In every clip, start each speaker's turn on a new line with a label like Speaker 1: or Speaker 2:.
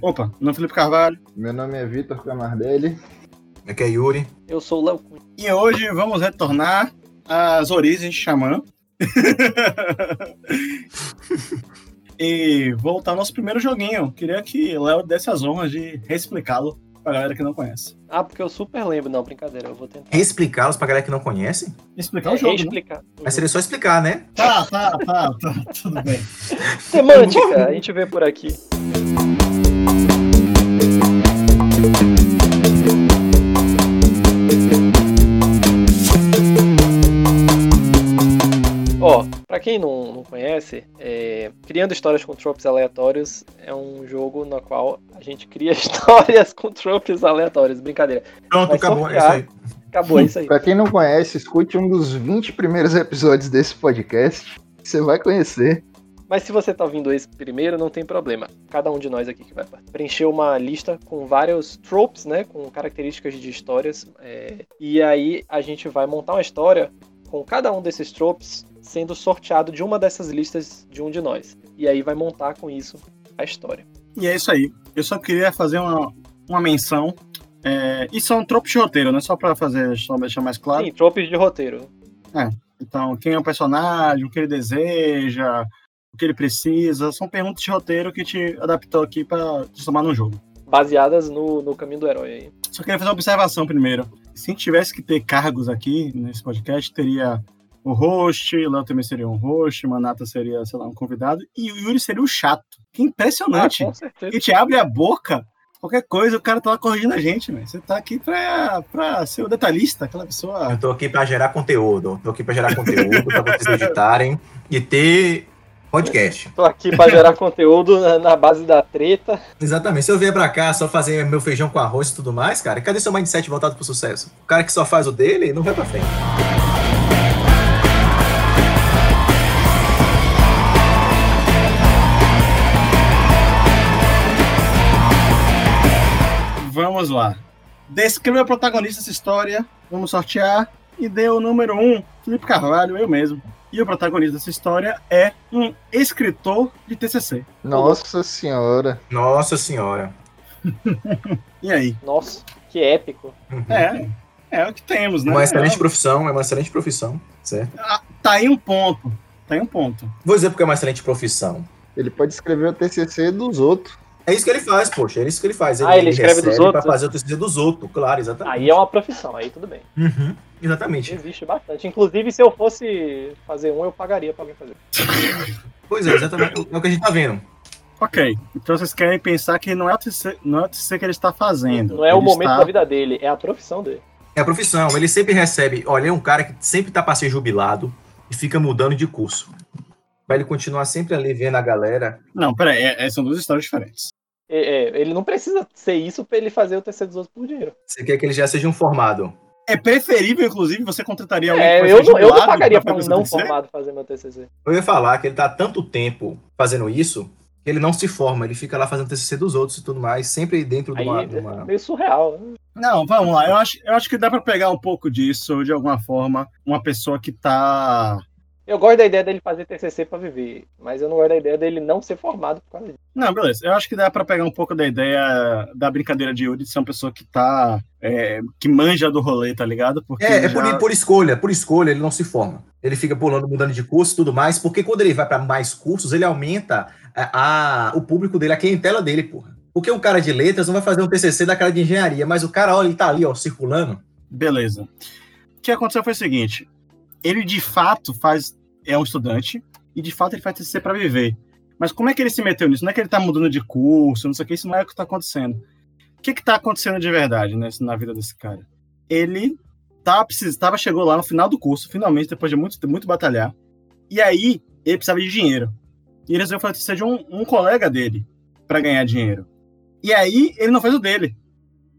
Speaker 1: Opa, meu nome é Felipe Carvalho.
Speaker 2: Meu nome é Vitor Camardelli.
Speaker 3: Aqui é Yuri.
Speaker 4: Eu sou o Léo Cunha.
Speaker 1: E hoje vamos retornar às origens de Xamã. e voltar ao nosso primeiro joguinho. Queria que o Léo desse as honras de reexplicá-lo pra galera que não conhece.
Speaker 4: Ah, porque eu super lembro. Não, brincadeira, eu vou tentar.
Speaker 3: Explicá-los pra galera que não conhece?
Speaker 1: Explicar o jogo. Né?
Speaker 4: É, explicar.
Speaker 3: Mas seria só explicar, né?
Speaker 1: Tá, tá, tá, tá, tudo bem.
Speaker 4: Semântica, a gente vê por aqui. Ó, pra quem não, não conhece, é, Criando Histórias com Tropes Aleatórios é um jogo no qual a gente cria histórias com tropes aleatórios. Brincadeira.
Speaker 3: Pronto,
Speaker 4: Vai
Speaker 3: acabou.
Speaker 4: só
Speaker 3: É isso aí.
Speaker 4: Acabou isso aí.
Speaker 2: Pra quem não conhece, escute um dos 20 primeiros episódios desse podcast. Você vai conhecer.
Speaker 4: Mas se você tá vindo esse primeiro, não tem problema. Cada um de nós aqui que vai preencher uma lista com vários tropes, né? Com características de histórias. é, e aí a gente vai montar uma história com cada um desses tropes sendo sorteado de uma dessas listas de um de nós. E aí vai montar com isso a história.
Speaker 1: E é isso aí. Eu só queria fazer uma, uma menção. É, isso é um tropo de roteiro, né? Só pra fazer, só deixar mais claro.
Speaker 4: Sim, tropes de roteiro.
Speaker 1: Então, quem é o personagem, o que ele deseja, o que ele precisa. São perguntas de roteiro que te adaptou aqui pra te somar no jogo.
Speaker 4: Baseadas no, no caminho do herói aí.
Speaker 1: Só queria fazer uma observação primeiro. Se tivesse que ter cargos aqui nesse podcast, teria o host, o Léo também seria um host, Manata seria, sei lá, um convidado, e o Yuri seria o chato. Que impressionante.
Speaker 4: Ah, com certeza.
Speaker 1: a gente abre a boca, qualquer coisa, o cara tá lá corrigindo a gente, velho. Você tá aqui pra, pra ser o detalhista, aquela pessoa.
Speaker 3: Eu tô aqui pra gerar conteúdo. Tô aqui pra gerar conteúdo, pra vocês editarem e ter podcast.
Speaker 4: Tô aqui pra gerar conteúdo na, na base da treta.
Speaker 3: Exatamente. Se eu vier pra cá só fazer meu feijão com arroz e tudo mais, cara, cadê seu mindset voltado pro sucesso? O cara que só faz o dele não vai pra frente.
Speaker 1: Vamos lá. Descreva o protagonista dessa história, vamos sortear. E deu o número 1, um, Felipe Carvalho, eu mesmo. E o protagonista dessa história é um escritor de TCC.
Speaker 2: Nossa senhora.
Speaker 3: Nossa senhora.
Speaker 1: E aí?
Speaker 4: Nossa, que épico.
Speaker 3: Uhum.
Speaker 1: É, é o que temos,
Speaker 3: É
Speaker 1: né?
Speaker 3: uma excelente
Speaker 1: É,
Speaker 3: profissão, é uma excelente profissão, certo?
Speaker 1: tá aí um ponto. Tá aí um ponto.
Speaker 3: Vou dizer porque é uma excelente profissão.
Speaker 2: Ele pode escrever o TCC dos outros.
Speaker 3: É isso que ele faz, poxa, é isso que ele faz.
Speaker 4: Ah, ele escreve dos
Speaker 3: recebe
Speaker 4: outros?
Speaker 3: Pra fazer o TCC dos outros, claro, exatamente.
Speaker 4: Aí é uma profissão, aí tudo bem.
Speaker 3: Uhum, Exatamente.
Speaker 4: Existe bastante. Inclusive, se eu fosse fazer um, eu pagaria pra alguém fazer.
Speaker 3: Pois é, exatamente. É o que a gente tá vendo.
Speaker 1: Ok, então vocês querem pensar que não é o TCC, não é o TCC que ele está fazendo.
Speaker 4: Não é o
Speaker 1: Ele
Speaker 4: momento
Speaker 1: está-
Speaker 4: da vida dele, é a profissão dele.
Speaker 3: É a profissão, ele sempre recebe. Olha, é um cara que sempre tá pra ser jubilado e fica mudando de curso. Pra ele continuar sempre ali vendo a galera.
Speaker 1: Não, peraí, é- é- são duas histórias diferentes.
Speaker 4: É, é, ele não precisa ser isso pra ele fazer o terceiro dos outros por dinheiro.
Speaker 3: Você quer que ele já seja um formado.
Speaker 1: É preferível, inclusive, você contrataria alguém
Speaker 4: É,
Speaker 1: que vai
Speaker 4: eu,
Speaker 1: ser
Speaker 4: não, eu não
Speaker 1: jubilado
Speaker 4: pagaria pra um
Speaker 1: fazer
Speaker 4: não
Speaker 1: TCC?
Speaker 4: formado fazer meu TCC.
Speaker 3: Eu ia falar que ele tá há tanto tempo fazendo isso que ele não se forma, ele fica lá fazendo TCC dos outros e tudo mais, sempre dentro de
Speaker 4: Aí
Speaker 3: uma.
Speaker 4: é
Speaker 3: de uma-
Speaker 4: meio surreal. né?
Speaker 1: Não, vamos lá. Eu acho, eu acho que dá pra pegar um pouco disso, de alguma forma, uma pessoa que tá.
Speaker 4: Eu gosto da ideia dele fazer TCC pra viver, mas eu não gosto da ideia dele não ser formado por causa disso.
Speaker 1: Não, beleza. Eu acho que dá pra pegar um pouco da ideia da brincadeira de Yuri de ser uma pessoa que tá. é, que manja do rolê, tá ligado? Porque
Speaker 3: É, é
Speaker 1: já-
Speaker 3: por, por escolha, por escolha ele não se forma. Ele fica pulando, mudando de curso e tudo mais, porque quando ele vai pra mais cursos, ele aumenta é, a, a- o público dele, a clientela dele, porra. Porque um cara de letras não vai fazer um TCC da cara de engenharia, mas o cara, olha, ele tá ali, ó, circulando.
Speaker 1: Beleza. O que aconteceu foi o seguinte: ele de fato faz é um estudante e de fato ele faz TCC para viver. Mas como é que ele se meteu nisso? Não é que ele tá mudando de curso, não sei o que, isso não é o que tá acontecendo. O que que tá acontecendo de verdade né, na vida desse cara? Ele tava, precis- tava chegou lá no final do curso, finalmente, depois de muito, muito batalhar. E aí, ele precisava de dinheiro. E ele resolveu fazer TCC de um, um colega dele para ganhar dinheiro. E aí, ele não fez o dele.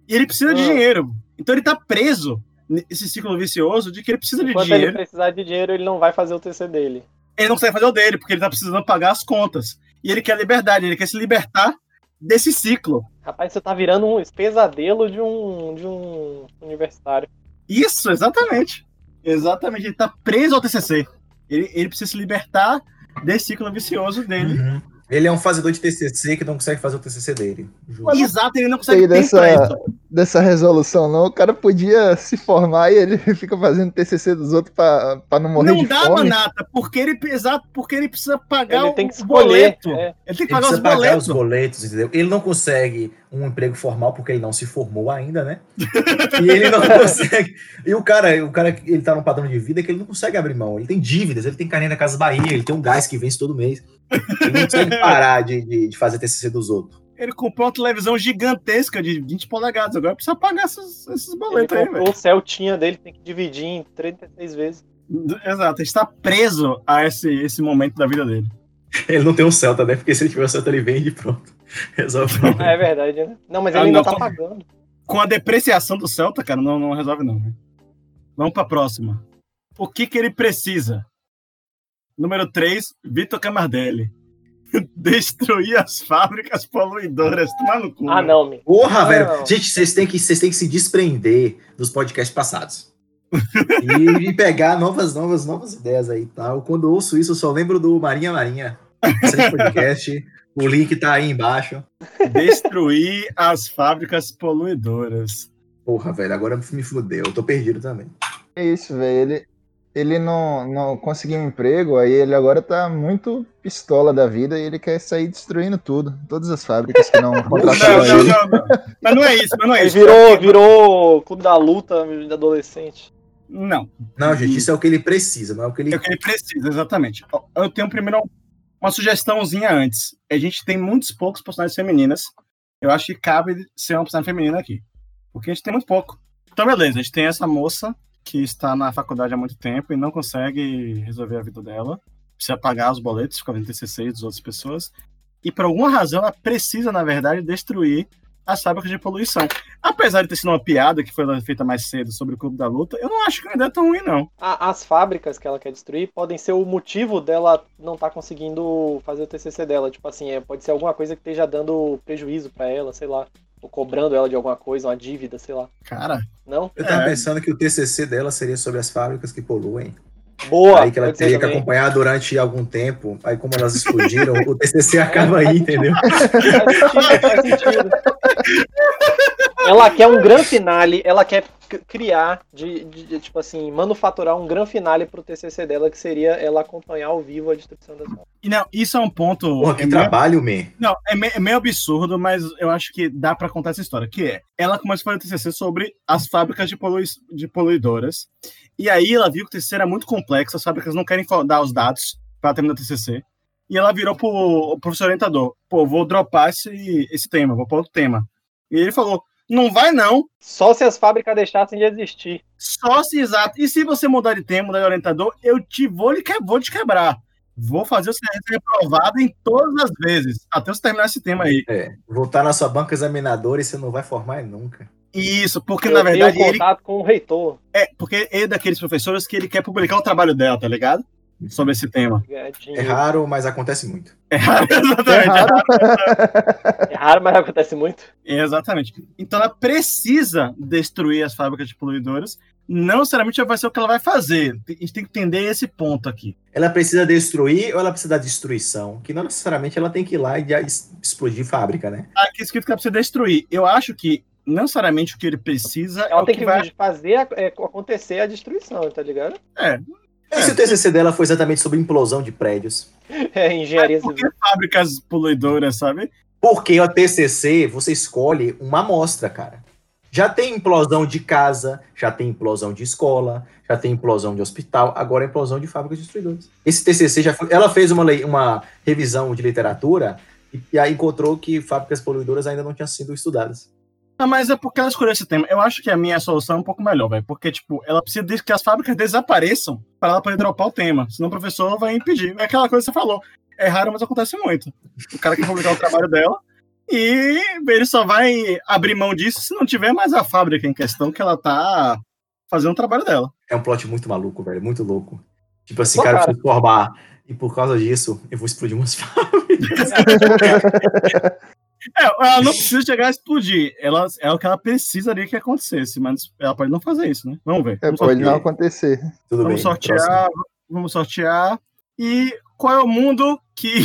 Speaker 1: E ele precisa de
Speaker 4: Ah.
Speaker 1: dinheiro. Então ele tá preso nesse ciclo vicioso de que ele precisa de
Speaker 4: Enquanto
Speaker 1: dinheiro.
Speaker 4: ele precisar de dinheiro, ele não vai fazer o TCC dele.
Speaker 1: Ele não consegue fazer o dele, porque ele tá precisando pagar as contas. E ele quer liberdade, ele quer se libertar desse ciclo.
Speaker 4: Rapaz, você tá virando um pesadelo de um, de um universitário.
Speaker 1: Isso, exatamente. Exatamente, ele tá preso ao TCC. Ele, ele precisa se libertar desse ciclo vicioso dele.
Speaker 3: Uhum. Ele é um fazedor de TCC que não consegue fazer o TCC dele. Justo.
Speaker 1: Exato, ele não consegue
Speaker 2: Sei dessa-
Speaker 1: pensar isso.
Speaker 2: Dessa resolução, não. O cara podia se formar e ele fica fazendo TCC dos outros pra, pra não morrer
Speaker 1: Não
Speaker 2: de
Speaker 1: dá,
Speaker 2: fome.
Speaker 1: Manata, porque ele, exato, porque ele precisa pagar
Speaker 4: Ele
Speaker 1: o
Speaker 4: tem que escolher.
Speaker 1: boleto.
Speaker 4: é.
Speaker 1: Ele tem que
Speaker 3: Ele
Speaker 1: pagar
Speaker 3: precisa
Speaker 1: os
Speaker 3: pagar
Speaker 1: boletos.
Speaker 3: os boletos, entendeu? Ele não consegue um emprego formal porque ele não se formou ainda, né? e ele não consegue. E o cara, o cara, ele tá num padrão de vida que ele não consegue abrir mão. Ele tem dívidas, ele tem carinha da Casa Bahia, ele tem um gás que vence todo mês. Ele não consegue parar de, de, de fazer TCC dos outros.
Speaker 1: Ele comprou uma televisão gigantesca de 20 polegadas. Agora precisa pagar esses, esses
Speaker 4: Ele
Speaker 1: boletos aí,
Speaker 4: comprou
Speaker 1: velho.
Speaker 4: o Celtinha dele, tem que dividir em 36 vezes.
Speaker 1: Exato, ele está preso a esse, esse momento da vida dele.
Speaker 3: Ele não tem um Celta, né? Porque se ele tiver um Celta, ele vende e pronto. Resolve o problema.
Speaker 4: Ah, é verdade, né? Não, mas ele
Speaker 1: Ah,
Speaker 4: ainda
Speaker 1: não,
Speaker 4: tá
Speaker 1: com-
Speaker 4: pagando.
Speaker 1: Com a depreciação do Celta, cara, não, não resolve, não. velho. Vamos para a próxima. O que, que ele precisa? Número 3, Vitor Camardelli. Destruir as fábricas poluidoras. Tomar no cu. né?
Speaker 4: Ah,
Speaker 1: velho.
Speaker 4: não, me.
Speaker 3: Porra,
Speaker 4: Não.
Speaker 3: velho. Gente, vocês têm, que, vocês têm que se desprender dos podcasts passados. e, e pegar novas, novas, novas ideias aí e tal. Quando eu ouço isso, eu só lembro do Marinha Marinha. Esse podcast. o link tá aí embaixo.
Speaker 1: Destruir as fábricas poluidoras.
Speaker 3: Porra, velho, agora me fudeu. Eu tô perdido também.
Speaker 2: É isso, velho. Ele, ele não, não conseguiu um emprego, aí ele agora tá muito pistola da vida e ele quer sair destruindo tudo. Todas as fábricas que não
Speaker 1: Não,
Speaker 2: contrataram
Speaker 1: não,
Speaker 2: ele.
Speaker 1: não, não. Mas não é isso, mas não é
Speaker 4: Tá Ele
Speaker 1: isso.
Speaker 4: virou, virou clube da luta de adolescente.
Speaker 1: Não,
Speaker 3: Não, gente, isso é o que ele precisa, não é o que ele.
Speaker 1: é o que ele precisa, exatamente. Ó, Eu tenho primeiro uma sugestãozinha antes. A gente tem muitos poucos personagens femininas. Eu acho que cabe ser uma personagem feminina aqui. Porque a gente tem muito pouco. Então, beleza, a gente tem essa moça que está na faculdade há muito tempo e não consegue resolver a vida dela. Precisa pagar os boletos, fica vendo TCC das outras pessoas. E por alguma razão ela precisa, na verdade, destruir as fábricas de poluição. Apesar de ter sido uma piada que foi feita mais cedo sobre o Clube da Luta, eu não acho que a ideia é tão ruim, não.
Speaker 4: A- as fábricas que ela quer destruir podem ser o motivo dela não tá conseguindo fazer o TCC dela. Tipo assim, é, pode ser alguma coisa que esteja dando prejuízo pra ela, sei lá. Ou cobrando ela de alguma coisa, uma dívida, sei lá.
Speaker 1: Cara,
Speaker 4: Não?
Speaker 3: Eu tava
Speaker 1: É.
Speaker 3: pensando que o TCC dela seria sobre as fábricas que poluem.
Speaker 4: Boa!
Speaker 3: aí que ela
Speaker 4: pode ser
Speaker 3: teria que
Speaker 4: também.
Speaker 3: acompanhar durante algum tempo. Aí, como elas explodiram, o TCC acaba aí, entendeu?
Speaker 4: Faz sentido, faz sentido. Ela quer um gran finale, ela quer c- criar, de, de- de, tipo assim, manufaturar um gran finale pro TCC dela, que seria ela acompanhar ao vivo a destruição das obras.
Speaker 1: E não, isso é um ponto.
Speaker 3: Porra, que
Speaker 1: é meio,
Speaker 3: trabalho, man.
Speaker 1: não, é meio, é meio absurdo, mas eu acho que dá pra contar essa história, que é. Ela começou a fazer TCC sobre as fábricas de, polui, de poluidoras. E aí ela viu que o TCC era muito complexo, as fábricas não querem fo- dar os dados pra terminar o TCC. E ela virou pro professor orientador: pô, vou dropar esse, esse tema, vou pra outro tema. E ele falou: não vai não,
Speaker 4: Só se as fábricas deixassem de existir.
Speaker 1: só se exato. E se você mudar de tema, mudar de orientador, eu te vou, lhe que- vou te quebrar. Vou fazer você ser reprovado em todas as vezes, até você terminar esse tema aí.
Speaker 3: É, voltar na sua banca examinadora e você não vai formar nunca.
Speaker 1: Isso, porque
Speaker 4: Eu
Speaker 1: na verdade
Speaker 4: tenho
Speaker 1: ele
Speaker 4: contato com o reitor.
Speaker 1: é, porque ele é daqueles professores que ele quer publicar o trabalho dela, tá ligado? Sobre esse tema.
Speaker 4: É,
Speaker 3: É
Speaker 4: dinheiro.
Speaker 3: raro, mas acontece muito.
Speaker 1: É, exatamente.
Speaker 4: É raro, mas acontece muito.
Speaker 1: É, exatamente. Então ela precisa destruir as fábricas de poluidores. Não necessariamente vai ser o que ela vai fazer. A gente tem que entender esse ponto aqui.
Speaker 3: Ela precisa destruir ou ela precisa da destruição? Que não necessariamente ela tem que ir lá e já es- explodir fábrica, né?
Speaker 1: Aqui é escrito que ela precisa destruir. Eu acho que não necessariamente o que ele precisa é
Speaker 4: Ela
Speaker 1: o
Speaker 4: tem
Speaker 1: que,
Speaker 4: que
Speaker 1: vai.
Speaker 4: fazer a- é, acontecer a destruição, tá ligado?
Speaker 1: É,
Speaker 3: E se o TCC dela foi exatamente sobre implosão de prédios?
Speaker 4: É engenharia
Speaker 1: por
Speaker 4: civil.
Speaker 1: que fábricas poluidoras, sabe?
Speaker 3: Porque o TCC, você escolhe uma amostra, cara. Já tem implosão de casa, já tem implosão de escola, já tem implosão de hospital, agora é implosão de fábricas destruidoras. Esse TCC já foi, ela fez uma, lei- uma revisão de literatura e, e aí encontrou que fábricas poluidoras ainda não tinham sido estudadas.
Speaker 1: Ah, mas é porque ela escolheu esse tema. Eu acho que a minha solução é um pouco melhor, velho. Porque, tipo, ela precisa de- que as fábricas desapareçam para ela poder dropar o tema. Senão o professor vai impedir. É aquela coisa que você falou. É raro, mas acontece muito. O cara quer publicar o trabalho dela e ele só vai abrir mão disso se não tiver mais a fábrica em questão que ela tá fazendo o trabalho dela.
Speaker 3: É um plot muito maluco, velho, muito louco. Tipo assim,
Speaker 4: Pô,
Speaker 3: cara,
Speaker 4: cara.
Speaker 3: eu vou formar e por causa disso eu vou explodir umas fábricas.
Speaker 1: É, ela não precisa chegar a explodir. Ela, é o que ela precisaria que acontecesse, mas ela pode não fazer isso, né? Vamos ver.
Speaker 2: É,
Speaker 1: Vamos
Speaker 2: pode
Speaker 1: sortear.
Speaker 2: não acontecer.
Speaker 3: Tudo
Speaker 1: Vamos
Speaker 3: bem.
Speaker 1: sortear,
Speaker 3: próximo.
Speaker 1: vamos sortear. E qual é o mundo que.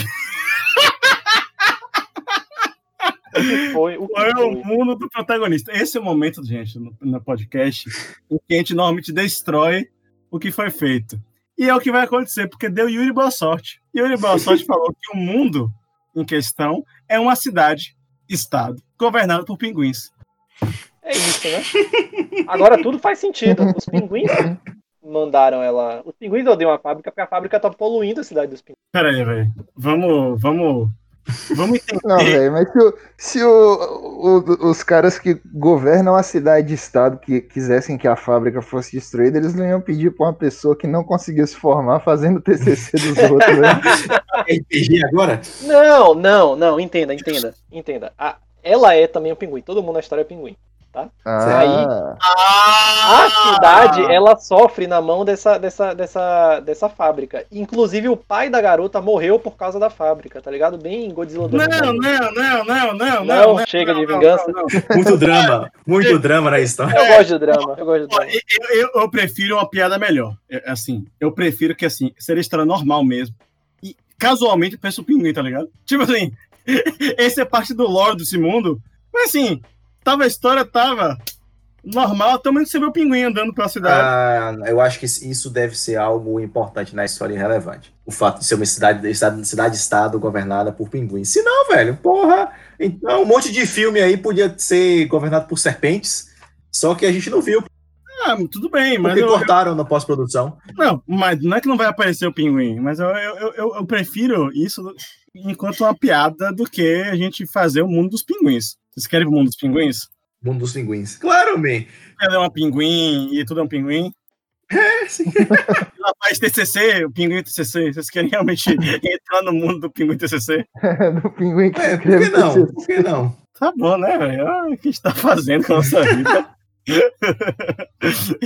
Speaker 4: que foi? O que
Speaker 1: Qual é o
Speaker 4: foi?
Speaker 1: mundo do protagonista? Esse é o momento, gente, no, no podcast, em que a gente normalmente destrói o que foi feito. E é o que vai acontecer, porque deu Yuri Boa Sorte. Yuri Boa Sorte falou que o mundo em questão é uma cidade-estado governada por pinguins.
Speaker 4: É isso, né? Agora tudo faz sentido. Os pinguins mandaram ela. Os pinguins odeiam a fábrica porque a fábrica tá poluindo a cidade dos pinguins.
Speaker 1: Pera aí, velho. Vamos, vamos, vamos entender.
Speaker 2: Não, velho, mas se, o- se o- o- os caras que governam a cidade e estado que quisessem que a fábrica fosse destruída, eles não iam pedir pra uma pessoa que não conseguiu se formar fazendo o TCC dos outros, né?
Speaker 3: RPG agora?
Speaker 4: Não, não, não. Entenda, entenda, entenda. A- ela é também um pinguim. Todo mundo na história é pinguim.
Speaker 2: Ah,
Speaker 1: Ah!
Speaker 4: A cidade, é ela sofre na mão dessa, dessa, dessa, dessa fábrica. Inclusive, o pai da garota morreu por causa da fábrica, tá ligado? Bem Godzilla dois.
Speaker 1: Não, não, não, não, não, não.
Speaker 4: Não, chega de vingança.
Speaker 1: não, não.
Speaker 3: Muito drama, muito drama na história.
Speaker 4: Eu gosto de drama, eu gosto de
Speaker 1: Ó,
Speaker 4: drama.
Speaker 1: Eu, eu- eu prefiro uma piada melhor. É, Assim, eu prefiro que assim, seja história normal mesmo. E casualmente eu penso pinguim, tá ligado? Tipo assim, essa é parte do lore desse mundo. Mas assim, tava a história, tava normal, também você vê o pinguim andando pela cidade.
Speaker 3: Ah, eu acho que isso deve ser algo importante na história e relevante. O fato de ser uma cidade- cidade- cidade-estado governada por pinguins. Se não, velho, porra. Então, um monte de filme aí podia ser governado por serpentes. Só que a gente não viu,
Speaker 1: Ah, tudo bem, mas
Speaker 3: porque
Speaker 1: eu,
Speaker 3: cortaram na pós-produção.
Speaker 1: não, mas não é que não vai aparecer o pinguim, mas eu, eu, eu- eu- eu prefiro isso enquanto uma piada do que a gente fazer o mundo dos pinguins. Vocês querem o mundo dos pinguins?
Speaker 3: Mundo dos pinguins. Claro, man.
Speaker 1: Ela é uma pinguim e tudo é um pinguim.
Speaker 3: É, sim.
Speaker 1: Ela faz TCC, o Pinguim TCC. Vocês querem realmente entrar no mundo do Pinguim TCC?
Speaker 2: Ah, do pinguim que
Speaker 3: É, por
Speaker 2: escreve
Speaker 3: que não?
Speaker 2: TCC.
Speaker 3: Por que não?
Speaker 1: Tá bom, né, velho? Ah, o que a gente tá fazendo com a nossa vida?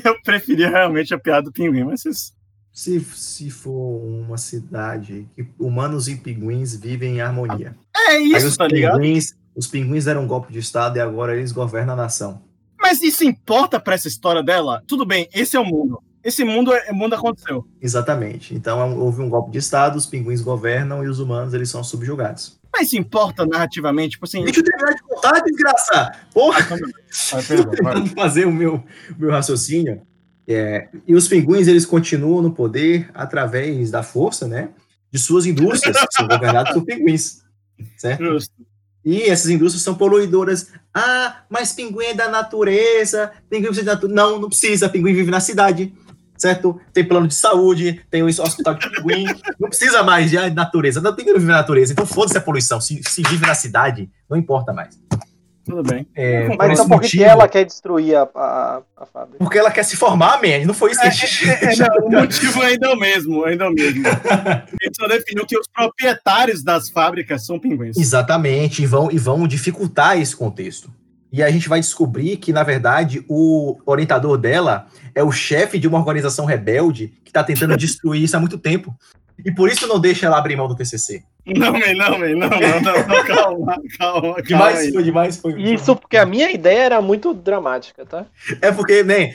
Speaker 1: Eu preferia realmente a piada do Pinguim, mas vocês...
Speaker 3: Se, se for uma cidade que humanos e pinguins vivem em harmonia.
Speaker 1: É
Speaker 3: Aí
Speaker 1: isso,
Speaker 3: os
Speaker 1: tá ligado?
Speaker 3: pinguins, os pinguins deram um golpe de estado e agora eles governam a nação.
Speaker 1: Mas isso importa pra essa história dela? Tudo bem, esse é o mundo. Esse mundo, é, o mundo aconteceu.
Speaker 3: Exatamente. Então é um- houve um golpe de estado, os pinguins governam e os humanos eles são subjugados.
Speaker 1: Mas isso importa narrativamente? Tipo assim...
Speaker 3: Deixa eu terminar de contar, desgraça! Porra!
Speaker 1: Ah, calma aí. Vai, perdão, vai.
Speaker 3: tentando fazer o meu, o meu raciocínio. É, e os pinguins, eles continuam no poder através da força, né? De suas indústrias, que são governadas por pinguins. Certo?
Speaker 1: Justo.
Speaker 3: E essas indústrias são poluidoras. Ah, mas pinguim é da natureza. Pinguim precisa de natureza. Não, não precisa. Pinguim vive na cidade. Certo? Tem plano de saúde, tem o hospital de pinguim. Não precisa mais de ah, natureza. Não, pinguim não vive na natureza. Então foda-se a poluição. Se, se vive na cidade, não importa mais.
Speaker 1: Tudo bem.
Speaker 3: É, por
Speaker 4: Mas
Speaker 3: esse
Speaker 4: então por que que
Speaker 3: motivo-
Speaker 4: ela quer destruir a, a, a fábrica?
Speaker 3: Porque ela quer se formar, man. Não foi isso que a gente.
Speaker 1: É, não, o motivo ainda é o mesmo, ainda é o mesmo. Ele só definiu que os proprietários das fábricas são pinguins.
Speaker 3: Exatamente, e vão, e vão dificultar esse contexto. E a gente vai descobrir que, na verdade, o orientador dela é o chefe de uma organização rebelde que está tentando destruir isso há muito tempo. E por isso não deixa ela abrir mão do TCC.
Speaker 1: Não, man, não, man, não, não, não, não, calma, calma, calma.
Speaker 3: Demais
Speaker 1: aí.
Speaker 3: foi, demais foi.
Speaker 4: Isso porque a minha ideia era muito dramática, tá?
Speaker 3: É porque, né,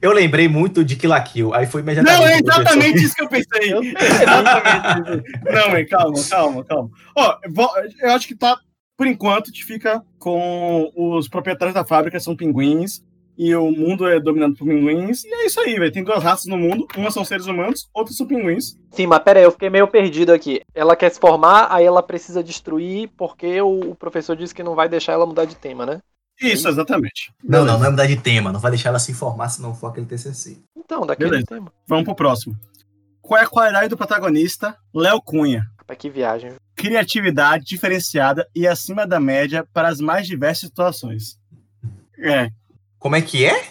Speaker 3: eu lembrei muito de Kill la Kill, aí foi imediatamente...
Speaker 1: Não, é
Speaker 3: que eu pensei.
Speaker 1: exatamente isso que eu pensei.
Speaker 4: Eu
Speaker 1: Exatamente isso. Não, man, calma, calma, calma. Ó, eu vou- eu acho que tá, por enquanto, a gente fica com os proprietários da fábrica são pinguins e o mundo é dominado por pinguins. E é isso aí, velho. Tem duas raças no mundo, umas são seres humanos, outras são pinguins.
Speaker 4: Sim, mas pera aí, eu fiquei meio perdido aqui. Ela quer se formar, aí ela precisa destruir porque o, o professor disse que não vai deixar ela mudar de tema, né?
Speaker 1: Isso, exatamente.
Speaker 3: Não, não, é não vai mudar de tema, não vai deixar ela se informar se não for aquele TCC.
Speaker 4: Então, daquele
Speaker 1: Beleza.
Speaker 4: tema.
Speaker 1: Vamos pro próximo. Qual é a qualidade do protagonista? Léo Cunha.
Speaker 4: Pra que viagem.
Speaker 1: Criatividade diferenciada e acima da média para as mais diversas situações. É,
Speaker 3: Como é que é?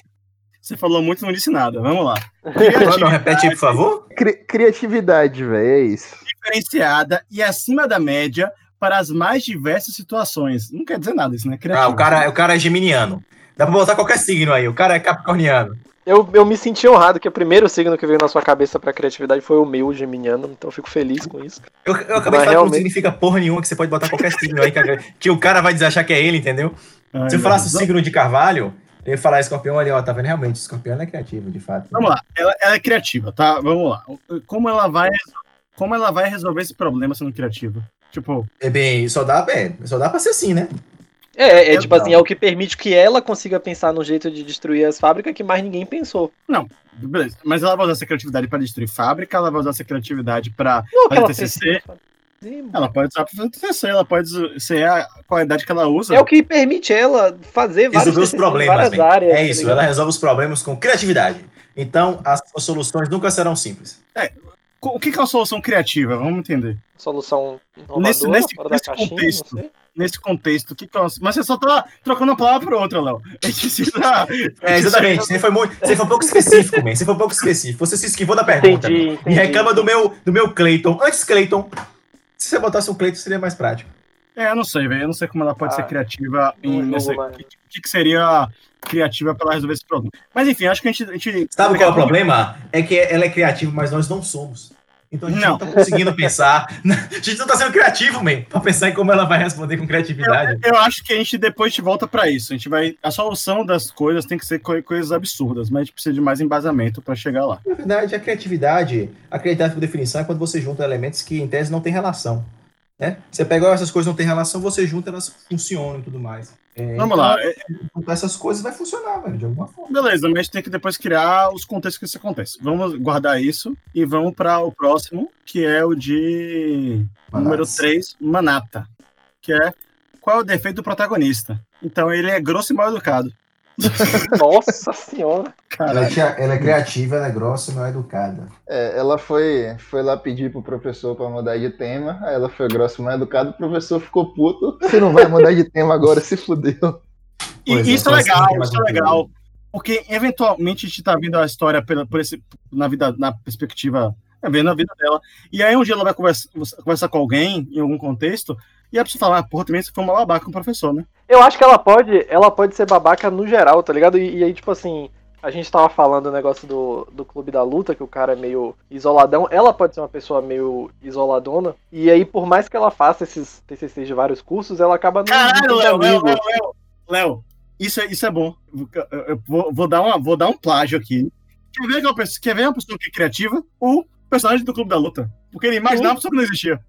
Speaker 1: você falou muito, não disse nada. Vamos lá.
Speaker 3: Não,
Speaker 1: Criatividade
Speaker 3: repete aí, por favor.
Speaker 2: Cri- criatividade, velho, é isso.
Speaker 1: diferenciada e acima da média para as mais diversas situações. Não quer dizer nada isso, né?
Speaker 3: Ah,
Speaker 1: Criativo.
Speaker 3: o cara, o cara é geminiano. Dá pra botar qualquer signo aí. O cara é capricorniano.
Speaker 4: Eu, eu me senti honrado que o primeiro signo que veio na sua cabeça pra criatividade foi o meu, o geminiano, então eu fico feliz com isso.
Speaker 3: Eu, eu acabei
Speaker 4: Mas
Speaker 3: de falar que não
Speaker 4: realmente-
Speaker 3: significa porra nenhuma que você pode botar qualquer signo aí que, a- que o cara vai desachar que é ele, entendeu?
Speaker 1: Ai,
Speaker 3: Se
Speaker 1: meu
Speaker 3: eu falasse assim- o
Speaker 1: Deus.
Speaker 3: signo de Carvalho, eu ia falar escorpião ali, ó, tá vendo? Realmente, escorpião é criativo, de fato.
Speaker 1: Vamos lá. Ela, ela é criativa, tá? Vamos lá. Como ela vai, como ela vai resolver esse problema sendo criativa? Tipo,
Speaker 3: É bem, só dá, é, só dá pra ser assim, né?
Speaker 4: É, é, tipo
Speaker 3: Não.
Speaker 4: assim, é o que permite que ela consiga pensar num jeito de destruir as fábricas que mais ninguém pensou.
Speaker 1: Beleza. Mas ela vai usar essa criatividade pra destruir fábrica, ela vai usar essa criatividade pra.
Speaker 4: Não, que
Speaker 1: Fazer
Speaker 4: ela
Speaker 1: TCC.
Speaker 4: pensa- Sim, mano.
Speaker 1: Ela pode usar pra fazer TCC, ela pode usar- ser é a qualidade que ela usa.
Speaker 4: É o que permite ela fazer vários
Speaker 3: Resolver os
Speaker 4: TCCs em
Speaker 3: problemas,
Speaker 4: várias
Speaker 3: bem.
Speaker 4: áreas.
Speaker 3: É
Speaker 4: tá
Speaker 3: isso,
Speaker 4: ligado?
Speaker 3: ela resolve os problemas com criatividade. Então, as suas soluções nunca serão simples.
Speaker 1: Co- O que que é uma solução criativa? Vamos entender.
Speaker 4: Solução inovadora,
Speaker 1: Nesse- nesse-
Speaker 4: fora
Speaker 1: nesse
Speaker 4: da caixinha,
Speaker 1: contexto.
Speaker 4: não sei.
Speaker 1: Nesse contexto, o que que é uma... Mas você só tá trocando uma palavra por outra, Léo. A gente precisa-
Speaker 3: É, exatamente. Você foi, muito, você foi um pouco específico, man. Você foi um pouco específico. Você se esquivou da pergunta. man.
Speaker 4: Entendi,
Speaker 3: é Me
Speaker 4: entendi.
Speaker 3: reclama do meu, do meu Clayton. Antes Clayton, se você botasse um Clayton, seria mais prático.
Speaker 1: É, eu não sei, velho. Eu não sei como ela pode
Speaker 4: Ah,
Speaker 1: ser criativa
Speaker 4: não
Speaker 1: em.
Speaker 4: jogo
Speaker 1: nessa- O
Speaker 4: mais.
Speaker 1: que, que seria criativa pra ela resolver esse problema? Mas enfim, acho que a gente. a gente-
Speaker 3: Sabe qual é o problema? É que ela é criativa, mas nós não somos. Então a gente não,
Speaker 1: Não.
Speaker 3: está tá conseguindo pensar. A gente não tá sendo criativo, man, pra pensar em como ela vai responder com criatividade.
Speaker 1: Eu acho que a gente depois te volta pra isso. A gente vai. A solução das coisas tem que ser co- coisas absurdas, mas a gente precisa de mais embasamento pra chegar lá.
Speaker 3: Na É, verdade, a criatividade, a criatividade por definição é quando você junta elementos que em tese não têm relação. Né? Você pega ó, essas coisas não têm relação, você junta, elas funcionam e tudo mais. É,
Speaker 1: Vamos
Speaker 3: então,
Speaker 1: lá.
Speaker 3: Juntar essas coisas vai funcionar, velho, de alguma forma.
Speaker 1: Beleza, mas tem que depois criar os contextos que isso acontece. Vamos guardar isso e vamos para o próximo, que é o de número
Speaker 3: Mas-
Speaker 1: 3, Manata. Que é qual é o defeito do protagonista? Então ele é grosso e mal educado.
Speaker 4: Nossa senhora.
Speaker 1: Cara,
Speaker 3: é, ela é criativa, ela é grossa e não é educada.
Speaker 2: É, ela foi, foi lá pedir pro professor pra mudar de tema, aí ela foi grossa, mal educada, o professor ficou puto. Você não vai mudar de tema agora, se fudeu.
Speaker 1: e
Speaker 3: Pois é,
Speaker 1: isso é
Speaker 3: parece que não tem
Speaker 1: legal,
Speaker 3: mais
Speaker 1: isso é
Speaker 3: conteúdo.
Speaker 1: legal. Porque eventualmente a gente tá vendo a história pela, por esse, na vida, na perspectiva, é, vendo a vida dela. E aí um dia ela vai conversa- conversar, com alguém em algum contexto, e a pessoa fala, ah, porra, também você foi uma babaca com o professor, né?
Speaker 4: Eu acho que ela pode, ela pode ser babaca no geral, tá ligado? E, e aí, tipo assim, a gente tava falando o negócio do, do clube da luta, que o cara é meio isoladão. Ela pode ser uma pessoa meio isoladona. E aí, por mais que ela faça esses TCCs de vários cursos, ela acaba não
Speaker 1: Caralho,
Speaker 4: não
Speaker 1: Léo,
Speaker 4: tendo
Speaker 1: Léo,
Speaker 4: amigo.
Speaker 1: Léo, Léo, Léo, isso é, isso é bom. Eu- eu- eu vou, vou dar uma, vou dar um plágio aqui. Quer ver, que uma pessoa, quer ver uma pessoa que é criativa? O personagem do Clube da Luta. Porque ele imaginava que isso não existia.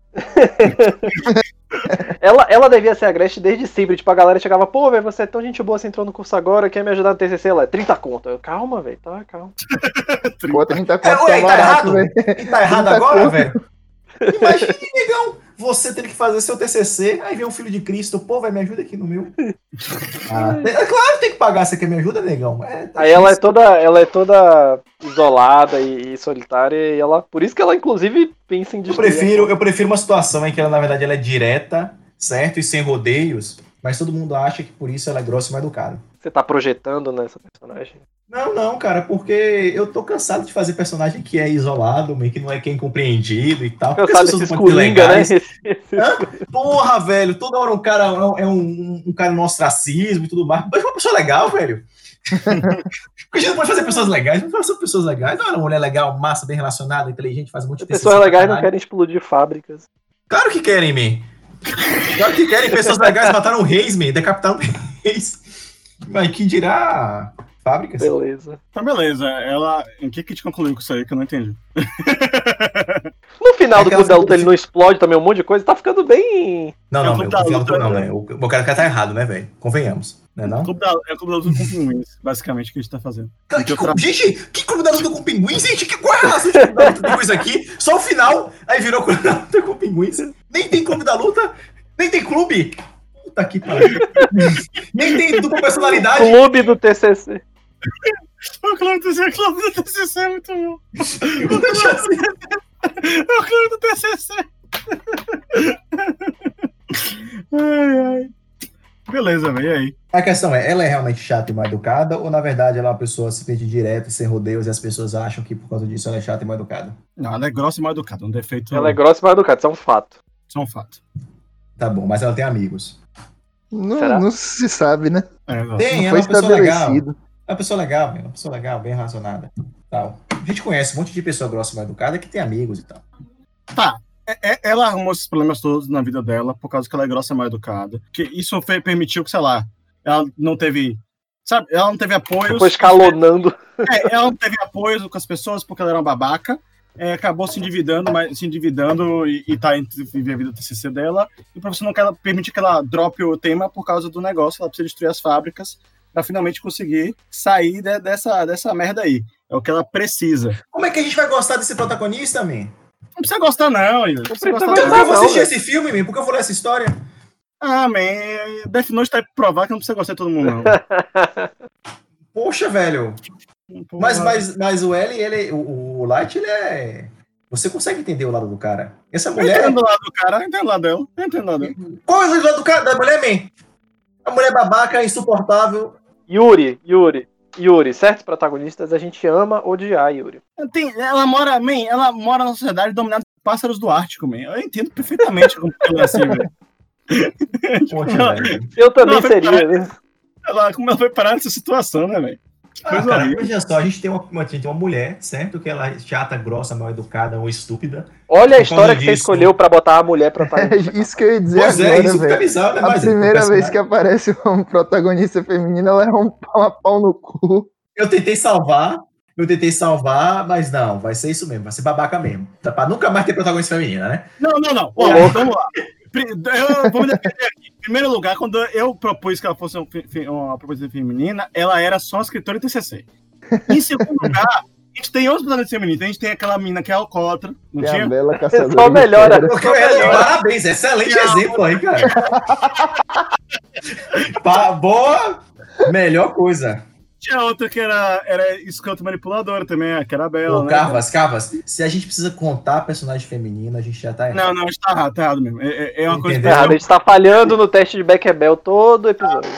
Speaker 4: Ela, ela devia ser agreste desde sempre. Tipo, a galera chegava, pô, velho, você é tão gente boa, você entrou no curso agora, quer me ajudar no TCC? Ela, 30 conto. Eu, calma, velho, tá, calma.
Speaker 2: Ficou 30
Speaker 3: É,
Speaker 2: conto,
Speaker 3: ué,
Speaker 2: é
Speaker 3: tá
Speaker 2: barato,
Speaker 3: errado?
Speaker 2: velho.
Speaker 3: E tá errado
Speaker 2: Muita
Speaker 3: agora,
Speaker 2: coisa.
Speaker 3: velho? Imagina, negão, você tendo que fazer seu TCC, aí vem um filho de Cristo, pô, vai me ajuda aqui no meu. Ah, é claro que tem que pagar, você quer me ajuda, negão? É, tá
Speaker 4: Aí ela é
Speaker 3: difícil.
Speaker 4: toda, ela é toda isolada e, e solitária, e ela. Por isso que ela, inclusive, pensa em
Speaker 3: Eu
Speaker 4: destruir.
Speaker 3: prefiro, eu prefiro uma situação em que ela, na verdade, ela é direta, certo? E sem rodeios, mas todo mundo acha que por isso ela é grossa e mal educada.
Speaker 4: Você tá projetando nessa personagem.
Speaker 3: Não, não, cara, porque eu tô cansado de fazer personagem que é isolado, meio que não é quem compreendido e tal.
Speaker 4: Eu
Speaker 3: Porque
Speaker 4: sabe
Speaker 3: as pessoas
Speaker 4: esses
Speaker 3: não podem ser
Speaker 4: coringa, né?
Speaker 3: legais. Ah, Porra, velho, toda hora um cara é um- é um, um cara no ostracismo e tudo mais. Mas uma pessoa legal, velho. Porque a gente não pode fazer pessoas legais, não pode fazer pessoas legais. Não, era uma mulher legal, massa, bem relacionada, inteligente, faz um monte de
Speaker 4: Pessoas
Speaker 3: TCC,
Speaker 4: legais não
Speaker 3: caralho.
Speaker 4: querem explodir fábricas.
Speaker 3: Claro que querem, man. Claro que querem. Pessoas legais mataram reis, man. Decapitaram reis. Mas que dirá fábricas?
Speaker 4: Beleza.
Speaker 1: Então, beleza. Ela. O que que te concluiu com isso aí que eu não entendi?
Speaker 4: No final do
Speaker 3: Aquelas
Speaker 4: Clube da Luta ele não explode também um monte de coisa, tá ficando bem.
Speaker 3: Não,
Speaker 1: Eu
Speaker 3: não,
Speaker 1: vou
Speaker 3: meu,
Speaker 1: dar
Speaker 3: confiar no
Speaker 1: outra,
Speaker 3: teu não,
Speaker 1: né?
Speaker 3: né? O o cara tá errado, né, velho? Convenhamos. Né, não?
Speaker 1: Clube da- é o Clube da Luta com pinguins, basicamente, que a gente tá fazendo.
Speaker 3: Cara,
Speaker 1: Porque
Speaker 3: que
Speaker 1: eu
Speaker 3: co-
Speaker 1: tra-
Speaker 3: Gente, que clube da luta com pinguins, gente? Que, qual é a relação de clube da luta com pinguins aqui? Só o final, aí virou clube da luta com pinguins. Nem tem clube da luta, nem tem clube. Puta que pariu. nem tem dupla personalidade.
Speaker 4: Clube do TCC.
Speaker 1: O Clube do TCC, o Clube do TCC é muito bom. O Clube do TCC. Ai, ai. Beleza, velho. E aí?
Speaker 3: A questão é, ela é realmente chata e mal educada ou na verdade ela é uma pessoa simplesmente direta, sem rodeios e as pessoas acham que por causa disso ela é chata e mal educada?
Speaker 1: Não, ela é grossa e mal educada. Um defeito.
Speaker 4: Ela é grossa e mal educada, isso é um fato.
Speaker 1: Isso é um fato.
Speaker 3: Tá bom, mas ela tem amigos.
Speaker 2: Não,
Speaker 4: Será?
Speaker 2: não se sabe, né?
Speaker 1: É, grossa.
Speaker 3: Tem,
Speaker 2: Não
Speaker 3: ela
Speaker 2: foi
Speaker 3: é uma pessoa legal.
Speaker 2: estabelecido.
Speaker 3: É uma pessoa legal, meu, uma pessoa legal, bem relacionada. Tal. A gente conhece um monte de pessoa grossa e mal educada que tem amigos e tal.
Speaker 1: Tá. É- é- Ela arrumou esses problemas todos na vida dela por causa que ela é grossa e mal educada. Que isso fe- permitiu que, sei lá, ela não teve. Sabe, ela não teve apoio.
Speaker 4: Foi escalonando.
Speaker 1: É, ela não teve apoio com as pessoas porque ela era uma babaca. é, acabou se endividando, mas se endividando e, e tá entre viver a vida do TCC dela. E o professor não quer ela- permitir que ela drope o tema por causa do negócio, ela precisa destruir as fábricas para finalmente conseguir sair de- dessa, dessa merda aí. É o que ela precisa.
Speaker 3: Como é que a gente vai gostar desse protagonista, man?
Speaker 1: Não precisa gostar, não, Yuri. Não precisa
Speaker 4: Eu
Speaker 1: gostar,
Speaker 4: também
Speaker 3: Eu
Speaker 1: não.
Speaker 4: não.
Speaker 3: vou assistir
Speaker 4: velho.
Speaker 3: esse filme, man, porque eu vou ler essa história.
Speaker 1: Ah, man, Death Note tá aí pra provar que não precisa gostar de todo mundo, não.
Speaker 3: Poxa, velho.
Speaker 1: Porra.
Speaker 3: Mas, mas, mas o L, ele, o, o Light, ele é. Você consegue entender o lado do cara. Essa
Speaker 1: Eu
Speaker 3: mulher.
Speaker 1: entendo o lado do cara, eu entendo o lado dela, eu entendo o lado dela.
Speaker 3: Qual é o lado do cara, da mulher, man? A mulher babaca, insuportável.
Speaker 4: Yuri, Yuri, Yuri, certos protagonistas a gente ama odiar, Yuri.
Speaker 1: Tem- ela mora, man, ela mora na sociedade dominada por pássaros do Ártico, man. Eu entendo perfeitamente como ela é assim, velho.
Speaker 3: Poxa, velho.
Speaker 4: Eu também
Speaker 1: Não, é
Speaker 4: seria, né?
Speaker 1: Ela, como ela foi parar nessa situação, né, velho?
Speaker 3: Ah,
Speaker 1: Coisa
Speaker 3: cara,
Speaker 1: horrível.
Speaker 3: veja só, a gente tem uma, uma- a gente tem uma mulher, certo? Que ela é chata, grossa, mal educada ou estúpida.
Speaker 4: Olha a
Speaker 3: Por
Speaker 4: história
Speaker 3: causa
Speaker 4: que você
Speaker 3: disso.
Speaker 4: escolheu pra botar a mulher
Speaker 2: É
Speaker 4: protagonista.
Speaker 2: isso que eu ia dizer
Speaker 3: Pois é,
Speaker 2: agora,
Speaker 3: isso fica
Speaker 2: velho.
Speaker 3: bizarro, né?
Speaker 2: A
Speaker 3: Mas é,
Speaker 2: primeira vez
Speaker 3: o personagem-
Speaker 2: que aparece um protagonista feminina, ela é um pau, a pau no cu.
Speaker 3: Eu tentei salvar, eu tentei salvar, mas não, vai ser isso mesmo, vai ser babaca mesmo. Tá, Pra nunca mais ter protagonista feminina, né?
Speaker 1: Não, não, não. Ó, vamos lá. Pri- Eu vou me defender aqui. Em primeiro lugar, quando eu propus que ela fosse um fe- fe- uma proposição feminina, ela era só escritora e TCC. Em segundo lugar, a gente tem outros protagonistas femininos. A gente tem aquela menina que é alcoólatra, não
Speaker 2: Tem a
Speaker 1: tinha?
Speaker 2: bela caçadora.
Speaker 4: Só
Speaker 2: de
Speaker 4: melhora.
Speaker 2: pedra.
Speaker 3: Porque eu era, Então, parabéns, excelente
Speaker 1: Não.
Speaker 3: exemplo aí, cara. Pa- boa, melhor coisa.
Speaker 1: Tinha outra que era, era escanto manipuladora também, que era a Bela,
Speaker 3: Ô,
Speaker 1: né?
Speaker 3: Carvas, Carvas, se a gente precisa contar personagem feminino, a gente já tá errado.
Speaker 1: Não, não, a gente tá errado, tá errado mesmo. É, é- é uma coisa que
Speaker 3: Entendeu?
Speaker 1: eu
Speaker 4: Errado, a gente tá falhando no teste de Beckerbell todo episódio.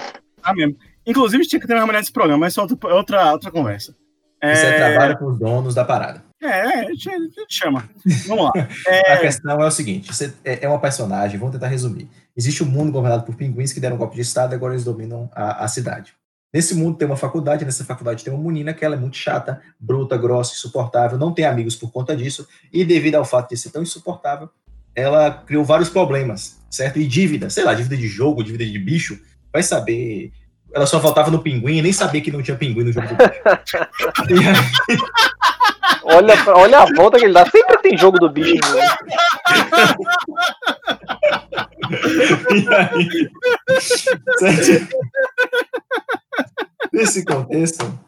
Speaker 1: tá mesmo. Inclusive, tinha que ter uma mulher nesse programa, mas isso é outra, outra, outra conversa.
Speaker 3: Isso é
Speaker 1: É,
Speaker 3: trabalho pros donos da parada.
Speaker 1: é, a gente, a gente chama. Vamos lá.
Speaker 3: A questão é o seguinte: você é é uma personagem, vamos tentar resumir. Existe um mundo governado por pinguins que deram um golpe de Estado e agora eles dominam a, a cidade. Nesse mundo tem uma faculdade, nessa faculdade tem uma menina que ela é muito chata, bruta, grossa, insuportável, não tem amigos por conta disso, e devido ao fato de ser tão insuportável, ela criou vários problemas, certo? E dívida, sei lá, dívida de jogo, dívida de bicho, vai saber. Ela só voltava no pinguim, nem sabia que não tinha pinguim no jogo do bicho. E aí-
Speaker 4: Olha, pra- olha a volta que ele dá. Sempre tem jogo do bicho. né?
Speaker 3: E aí- Certo? Nesse contexto.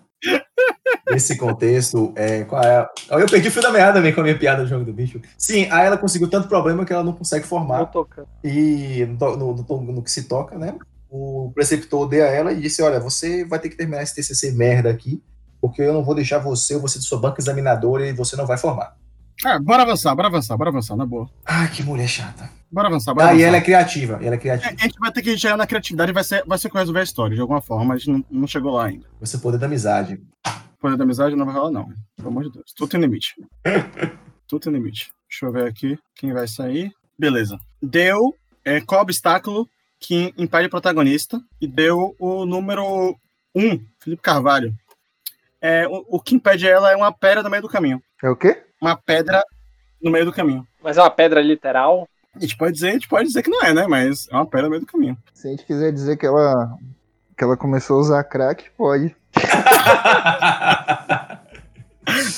Speaker 3: Nesse contexto, é, qual é? Ó, Eu perdi o fio da meada também com a minha piada do jogo do bicho. Sim, aí ela conseguiu tanto problema que ela não consegue
Speaker 4: Não
Speaker 3: formar.
Speaker 4: tocando.
Speaker 3: E no, to- no- no to- no que se toca, né? O preceptor odeia ela e disse: Olha, você vai ter que terminar esse TCC merda aqui, porque eu não vou deixar você, eu vou ser de sua banca examinadora e você não vai formar.
Speaker 1: Ah, bora avançar, bora avançar, bora avançar, na boa.
Speaker 3: Ai, que mulher chata.
Speaker 1: Bora avançar, bora
Speaker 3: Ah, e
Speaker 1: avançar.
Speaker 3: ela é criativa, e ela é
Speaker 1: É,
Speaker 3: criativa.
Speaker 1: A gente vai ter que chegar na criatividade, vai ser, vai ser que resolver a história, de alguma forma, a gente não, não chegou lá ainda.
Speaker 3: Você é poder da amizade.
Speaker 1: Poder da amizade não vai rolar, não. Pelo amor de Deus. Tudo tem limite. Tudo tem limite. Deixa eu ver aqui quem vai sair. Beleza. Deu é, qual obstáculo que impede o protagonista e deu o número 1, Felipe Carvalho. É, o, o que impede ela é uma pedra no meio do caminho.
Speaker 2: É o quê?
Speaker 1: Uma pedra no meio do caminho.
Speaker 4: Mas é uma pedra literal.
Speaker 1: A gente pode dizer, a gente pode dizer que não é, né? Mas é uma pedra no meio do caminho.
Speaker 2: Se a gente quiser dizer que ela, que ela começou a usar crack, pode.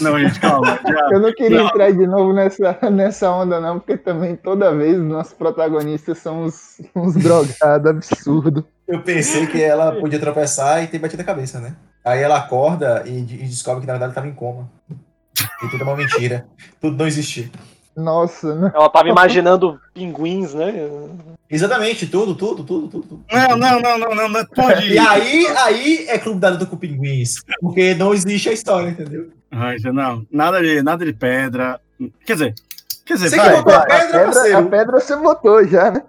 Speaker 1: Não, gente, calma. Já-
Speaker 2: Eu não queria
Speaker 1: Não.
Speaker 2: entrar de novo nessa, nessa onda, não, porque também toda vez os nossos protagonistas são uns, uns drogados absurdos.
Speaker 3: Eu pensei que ela podia tropeçar e ter batido a cabeça, né? Aí ela acorda e, de- e descobre que na verdade ela estava em coma. E tudo é uma mentira. Tudo não existiu.
Speaker 2: Nossa, né?
Speaker 4: Ela tava imaginando pinguins, né?
Speaker 3: Exatamente, tudo, tudo, tudo, tudo. tudo.
Speaker 1: Não, é não, não, não, não, não pode.
Speaker 3: E aí, aí é clube da luta com pinguins. Porque não existe a história, entendeu?
Speaker 1: Ai, já não, nada de, nada de pedra. Quer dizer, quer dizer,
Speaker 3: Você
Speaker 1: vai,
Speaker 3: que botou a
Speaker 1: vai.
Speaker 2: A
Speaker 3: pedra,
Speaker 2: pedra, a
Speaker 3: parceiro.
Speaker 2: pedra você botou já, né?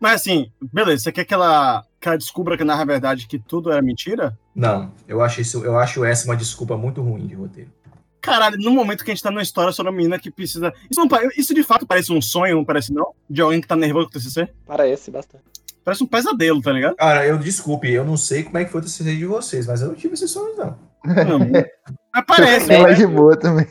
Speaker 1: mas assim, beleza, você quer que ela, que ela descubra que na verdade que tudo era mentira?
Speaker 3: Não, eu acho isso, eu acho essa uma desculpa muito ruim de roteiro.
Speaker 1: Caralho, no momento que a gente tá numa história sobre uma menina que precisa. Isso, não, pa- isso de fato parece um sonho, não parece não? De alguém que tá nervoso com o TCC?
Speaker 4: Parece bastante.
Speaker 1: Parece um pesadelo, tá ligado?
Speaker 3: Cara, eu desculpe, eu não sei como é que foi o TCC de vocês, mas eu não tive esses sonhos, não.
Speaker 1: Não, mas parece,
Speaker 2: Ela é
Speaker 1: né?
Speaker 2: de boa também.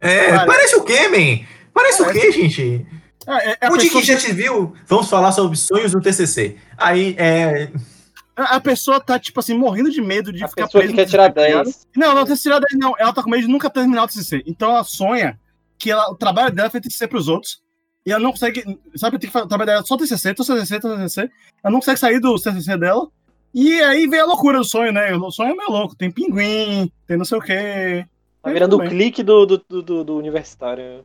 Speaker 3: É,
Speaker 1: Cara.
Speaker 3: parece o quê, man? Parece o quê, gente?
Speaker 1: É, é- é a
Speaker 3: Onde
Speaker 1: pessoa-
Speaker 3: que já te viu? Vamos falar sobre sonhos do TCC. Aí, é...
Speaker 1: A a pessoa tá, tipo assim, morrendo de medo de
Speaker 4: A
Speaker 1: ficar
Speaker 4: pessoa que
Speaker 1: presa.
Speaker 4: quer tirar
Speaker 1: tá ligado?
Speaker 4: 10.
Speaker 1: Não, não, tá tirada aí, não. Ela tá com medo de nunca terminar o TCC. Então ela sonha que ela, o trabalho dela é feito TCC pros outros, e ela não consegue, sabe, tem que fazer o trabalho dela só TCC, então TCC, TCC, ela não consegue sair do TCC dela, e aí vem a loucura do sonho, né? O sonho é meio louco, tem pinguim, tem não sei o quê.
Speaker 4: Tá virando
Speaker 1: Tudo
Speaker 4: o
Speaker 1: bem.
Speaker 4: clique do, do, do- do- do universitário.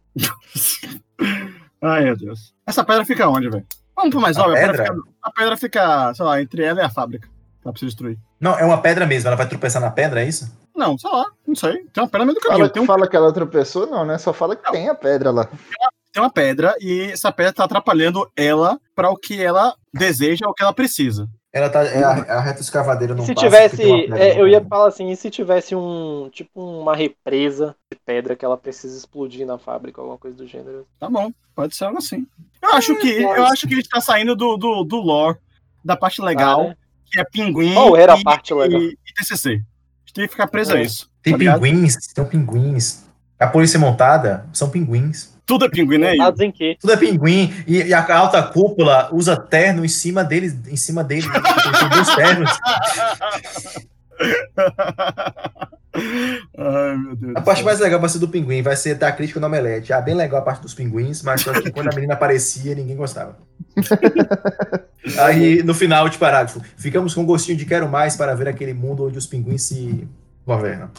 Speaker 1: Ai, meu Deus. Essa pedra fica onde, velho? Vamos pro mais
Speaker 3: A
Speaker 1: óbvio. A pedra,
Speaker 3: pedra?
Speaker 1: fica, a pedra fica, sei lá, entre ela e a fábrica. Dá pra se destruir.
Speaker 3: Não, é uma pedra mesmo. Ela vai tropeçar na pedra, é isso?
Speaker 1: Não, sei lá, não sei. Tem uma pedra no meio do
Speaker 2: Fala,
Speaker 1: caminho. Tem, um-
Speaker 2: fala que ela tropeçou, não, né? Só fala que tem a pedra lá.
Speaker 1: tem uma pedra e essa pedra tá atrapalhando ela pra o que ela deseja, o que ela precisa.
Speaker 3: Ela tá. É a, a reta escavadeira não
Speaker 4: E se
Speaker 3: passa,
Speaker 4: tivesse,
Speaker 3: porque tem uma pedra
Speaker 4: é,
Speaker 3: na
Speaker 4: eu ia
Speaker 3: pedra.
Speaker 4: falar assim, e se tivesse um, tipo uma represa de pedra que ela precisa explodir na fábrica, alguma coisa do gênero?
Speaker 1: Tá bom, pode ser algo assim. Eu acho
Speaker 4: Ah,
Speaker 1: que, eu
Speaker 3: pode.
Speaker 1: acho que a gente tá saindo do, do, do lore, da parte legal,
Speaker 4: Ah, né?
Speaker 1: que é pinguim.
Speaker 4: Qual era a
Speaker 1: e-
Speaker 4: parte legal?
Speaker 1: E, e TCC. A gente tem que ficar preso a
Speaker 4: É.
Speaker 1: isso.
Speaker 3: Tem
Speaker 1: tá ligado?
Speaker 3: pinguins, tem pinguins. A polícia montada são pinguins.
Speaker 1: Tudo é pinguim, né? Igor?
Speaker 4: Dados em quê?
Speaker 3: Tudo é pinguim. E, e a alta cúpula usa terno em cima deles. Em cima deles. Tem dois ternos.
Speaker 1: Ai, meu Deus.
Speaker 3: A
Speaker 1: do
Speaker 3: parte
Speaker 1: céu.
Speaker 3: mais legal vai ser do pinguim, vai ser da crítica no Omelete. Ah, bem legal a parte dos pinguins, mas só que quando a menina aparecia, ninguém gostava. Aí, no final de parágrafo, ficamos com um gostinho de quero mais para ver aquele mundo onde os pinguins se governam.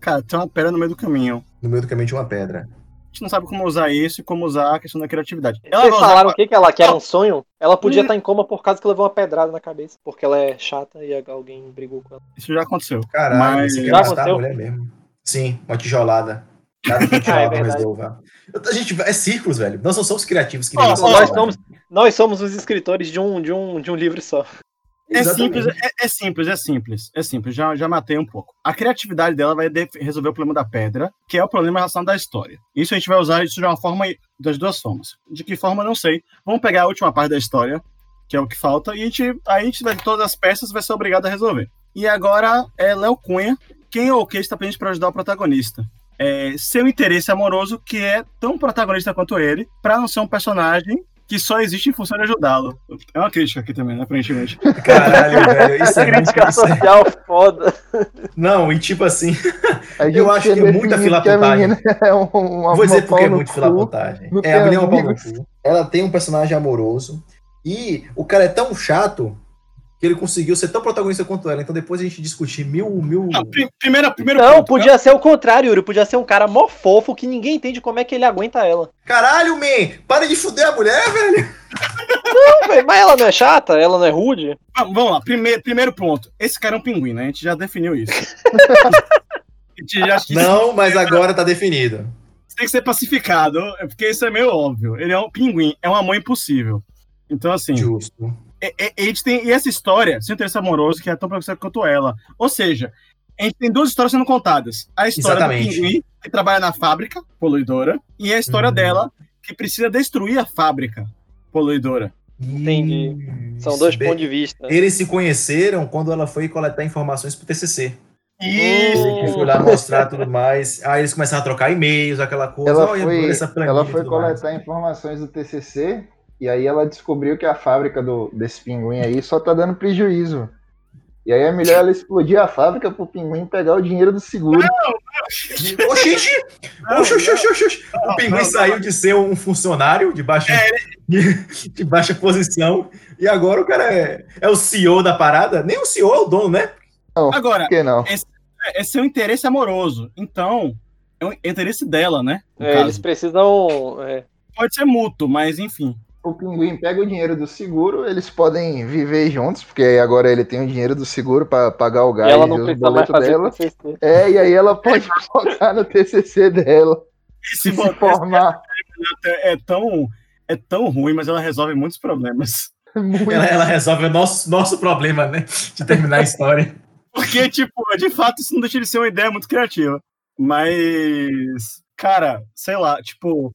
Speaker 1: Cara, tem uma pedra no meio do caminho.
Speaker 3: No meio do caminho de uma pedra.
Speaker 1: A gente não sabe como usar isso e como usar a questão da criatividade. Ela
Speaker 4: Vocês
Speaker 1: vai usar-
Speaker 4: falaram o que, que ela que era um sonho? Ela podia
Speaker 1: Hum.
Speaker 4: estar em coma por causa que levou uma pedrada na cabeça, porque ela é chata e alguém brigou com ela.
Speaker 1: Isso já aconteceu.
Speaker 3: Caralho,
Speaker 1: Mas-
Speaker 3: você quer
Speaker 4: Já
Speaker 3: matar a
Speaker 4: aconteceu?
Speaker 3: mulher mesmo. Sim, uma tijolada. Nada que
Speaker 4: Ah, é
Speaker 3: tijolada
Speaker 4: verdade.
Speaker 3: resolva. Eu- A gente, é círculos, velho. Nós não somos criativos que
Speaker 1: Ó,
Speaker 3: nem
Speaker 1: ó,
Speaker 3: vocês,
Speaker 4: nós,
Speaker 3: cara.
Speaker 4: somos, nós somos os escritores de um, de um, de um livro só.
Speaker 1: É
Speaker 3: Exatamente.
Speaker 1: simples, é, é simples, é simples, é simples. Já, já matei um pouco. A criatividade dela vai def- resolver o problema da pedra, que é o problema relacionado à história. Isso a gente vai usar isso de uma forma das duas formas. De que forma não sei. Vamos pegar a última parte da história, que é o que falta, e a gente, a gente vai todas as peças vai ser obrigado a resolver. E agora é Léo Cunha, quem ou o que está presente para ajudar o protagonista. É, seu interesse amoroso, que é tão protagonista quanto ele, para não ser um personagem que só existe em função de ajudá-lo. É uma crítica aqui também, né, aparentemente.
Speaker 3: Caralho, velho. Isso é muito,
Speaker 4: Crítica
Speaker 3: isso é-
Speaker 4: social foda.
Speaker 3: Não, e tipo assim,
Speaker 2: A
Speaker 3: Eu acho
Speaker 2: tinha
Speaker 3: que é muita
Speaker 2: definido que a
Speaker 3: filaputagem.
Speaker 2: menina É um, um,
Speaker 3: Vou dizer
Speaker 2: uma
Speaker 3: porque
Speaker 2: pau
Speaker 3: é
Speaker 2: no
Speaker 3: muito
Speaker 2: cu.
Speaker 3: filapotagem.
Speaker 2: não
Speaker 3: É,
Speaker 2: tem
Speaker 3: a mulher é uma pau no
Speaker 2: amigos.
Speaker 3: cu. Ela tem um personagem amoroso e o cara é tão chato que ele conseguiu ser tão protagonista quanto ela. Então depois a gente discutir mil, mil...
Speaker 1: Não, pri- primeira, primeiro
Speaker 4: Não,
Speaker 1: ponto, né?
Speaker 4: podia ser o contrário, Yuri. Podia ser um cara mó fofo que ninguém entende como é que ele aguenta ela.
Speaker 3: Caralho, man! Para de fuder a mulher, velho!
Speaker 4: Não, velho, Mas ela não é chata? Ela não é rude?
Speaker 1: Vamos vamos lá, primeiro, primeiro ponto. Esse cara é um pinguim, né? A gente já definiu isso. a gente já acha que isso
Speaker 3: Não, mas agora tá definido.
Speaker 1: tem que ser pacificado, é porque isso é meio óbvio. Ele é um pinguim, é um amor impossível. Então, assim,
Speaker 3: Justo.
Speaker 1: é- é- a gente tem e essa história, seu interesse amoroso, que é tão preocupado quanto ela. Ou seja, a gente tem duas histórias sendo contadas. A história
Speaker 3: Exatamente.
Speaker 1: do pinguim, que trabalha na fábrica poluidora, e a história
Speaker 3: Uhum.
Speaker 1: dela, que precisa destruir a fábrica poluidora.
Speaker 4: Entendi. São
Speaker 3: Isso,
Speaker 4: dois
Speaker 3: bem-
Speaker 4: pontos de vista.
Speaker 3: Eles se conheceram quando ela foi coletar informações pro TCC.
Speaker 1: Isso!
Speaker 4: Hum.
Speaker 3: Ele foi lá mostrar tudo mais. Aí eles começaram a trocar e-mails, aquela coisa.
Speaker 2: Ela
Speaker 3: Olha,
Speaker 2: foi,
Speaker 3: essa planilha
Speaker 2: ela
Speaker 3: e
Speaker 2: foi
Speaker 3: tudo mais.
Speaker 2: coletar informações do TCC e aí ela descobriu que a fábrica do, desse pinguim aí só tá dando prejuízo. E aí é melhor ela explodir a fábrica pro pinguim pegar o dinheiro do seguro.
Speaker 3: Oxente! Oxi, oxi, oxi, oxi, oxi. O pinguim
Speaker 1: não, É,
Speaker 3: saiu de ser um funcionário de baixa, de baixa posição e agora o cara é, é o CEO da parada. Nem o CEO é o dono, né?
Speaker 1: Agora,
Speaker 2: Por que não?
Speaker 1: é seu interesse amoroso. Então, é o interesse dela, né? No
Speaker 4: É,
Speaker 1: caso.
Speaker 4: eles precisam. é,
Speaker 1: Pode ser mútuo, mas enfim.
Speaker 2: O pinguim pega o dinheiro do seguro, eles podem viver juntos, porque aí agora ele tem o dinheiro do seguro pra pagar o
Speaker 4: e
Speaker 2: gás
Speaker 4: ela não
Speaker 2: e o
Speaker 4: precisa mais
Speaker 2: boleto
Speaker 4: fazer
Speaker 2: dela.
Speaker 4: TCC.
Speaker 2: É, e aí ela pode focar no TCC dela,
Speaker 1: E se
Speaker 2: se
Speaker 1: for-
Speaker 2: formar
Speaker 1: é, é tão é tão ruim, mas ela resolve muitos problemas.
Speaker 2: muito.
Speaker 3: Ela, é- ela resolve o nosso, nosso problema, né? De terminar a história.
Speaker 1: Porque, tipo, de fato, isso não deixa de ser uma ideia muito criativa. Mas, cara, sei lá, tipo,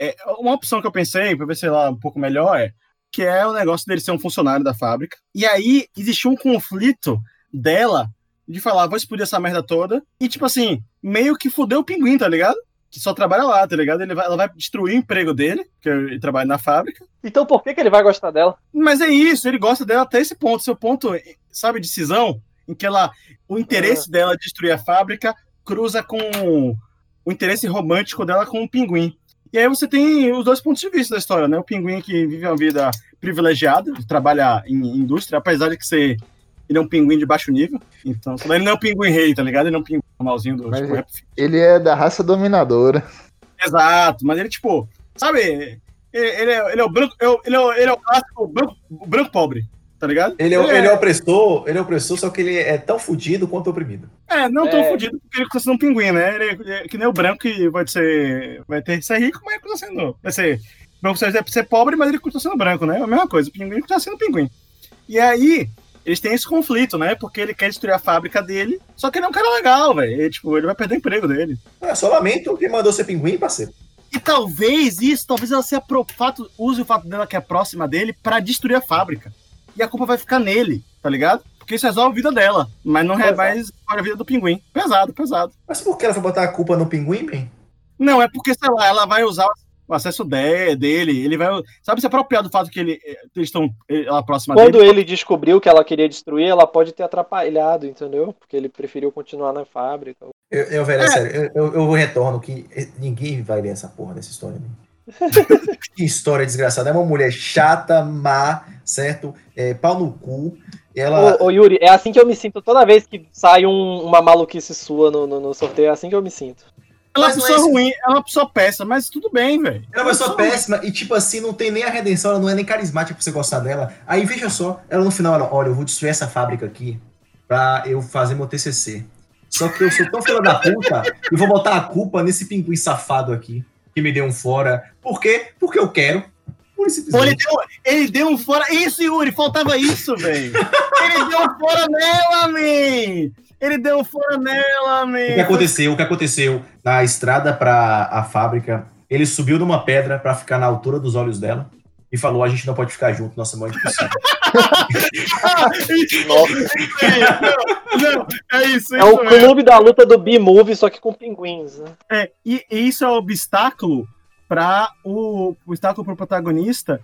Speaker 1: é, uma opção que eu pensei, pra ver, sei lá, um pouco melhor, é que é o negócio dele ser um funcionário da fábrica. E aí existiu um conflito dela de falar, vou explodir essa merda toda. E, tipo assim, meio que fudeu o pinguim, tá ligado? Que só trabalha lá, tá ligado? Ele vai- ela vai destruir o emprego dele, que ele trabalha na fábrica.
Speaker 4: Então por que, que ele vai gostar dela?
Speaker 1: Mas é isso, ele gosta dela até esse ponto. Seu ponto, sabe, de
Speaker 2: É.
Speaker 1: cisão, em que ela. O interesse dela de destruir a fábrica cruza com o interesse romântico dela com o pinguim. E aí você tem os dois pontos de vista da história, né? O pinguim que vive uma vida privilegiada, ele trabalha em indústria, apesar de que você, ele é um pinguim de baixo nível. Então, ele não é um pinguim rei, tá ligado? Ele não é um pinguim normalzinho do
Speaker 2: Mas
Speaker 1: tipo, rap-
Speaker 2: Ele é da raça dominadora.
Speaker 1: Exato, mas ele, tipo, sabe? Ele, ele é, ele é o branco, é o- ele é o, ele é o clássico branco, o branco pobre, tá ligado?
Speaker 3: Ele é, ele é opressor, ele é opressor, só que ele é tão fudido quanto oprimido.
Speaker 1: É, não tão
Speaker 4: É.
Speaker 1: fudido porque ele continua sendo um pinguim, né? Ele, é- ele é que nem o branco que vai ser. Vai ter ser rico, mas continua sendo. Vai ser. O branco deve ser pobre, mas ele continua sendo branco, né? É a mesma coisa, o pinguim continua sendo pinguim. E aí, eles têm esse conflito, né? Porque ele quer destruir a fábrica dele, só que ele é um cara legal, velho. Ele, Tipo, ele vai perder o emprego dele.
Speaker 3: É, só lamento que mandou ser pinguim, parceiro.
Speaker 1: E talvez isso, talvez ela seja pro fato, use o fato dela que é próxima dele pra destruir a fábrica. E a culpa vai ficar nele, tá ligado? Porque isso resolve a vida dela, mas não
Speaker 4: Pesado.
Speaker 3: é.
Speaker 1: resolve a vida do pinguim. Pesado, pesado.
Speaker 3: Mas por que ela foi botar a culpa no pinguim, bem?
Speaker 1: Não, é porque, sei lá, ela vai usar o acesso de- dele, ele vai. Sabe se apropriar do fato que ele, eh, eles estão lá próxima
Speaker 4: Quando
Speaker 1: dele?
Speaker 4: ele descobriu que ela queria destruir, ela pode ter atrapalhado, entendeu? Porque ele preferiu continuar na fábrica.
Speaker 3: Eu, eu, velho, é
Speaker 1: É.
Speaker 3: sério, eu, eu, eu retorno que ninguém vai ler essa porra dessa história. né? que história desgraçada. É uma mulher chata, má, certo? É, pau no cu. Ela.
Speaker 4: Ô, ô, Yuri, é assim que eu me sinto toda vez que sai um- uma maluquice sua no, no- no sorteio, é assim que eu me sinto.
Speaker 1: Ela é uma
Speaker 3: Mas não é
Speaker 1: pessoa
Speaker 3: isso.
Speaker 1: ruim, ela é uma pessoa peça, mas tudo bem, velho.
Speaker 3: Ela é uma pessoa péssima e, tipo assim, não tem nem a redenção, ela não é nem carismática pra você gostar dela. Aí, veja só, ela no final, ela, olha, eu vou destruir essa fábrica aqui pra eu fazer meu TCC. Só que eu sou tão filha da puta e vou botar a culpa nesse pinguim safado aqui que me deu um fora. Por quê? Porque eu quero. Por esse
Speaker 1: Pô, ele, deu, ele deu um fora. Isso, Yuri, faltava isso, velho. ele deu um fora nela, man! Ele deu um fora nela, man!
Speaker 3: O que aconteceu? O que aconteceu na estrada para a fábrica? Ele subiu numa pedra para ficar na altura dos olhos dela e falou: "A gente não pode ficar junto, nossa mãe é impossível."
Speaker 4: Nossa.
Speaker 1: Não, não, é isso,
Speaker 4: É o
Speaker 1: isso mesmo.
Speaker 4: clube da luta do B-Movie, só que com pinguins, né?
Speaker 1: É, e, e isso é um obstáculo para o o obstáculo para o protagonista,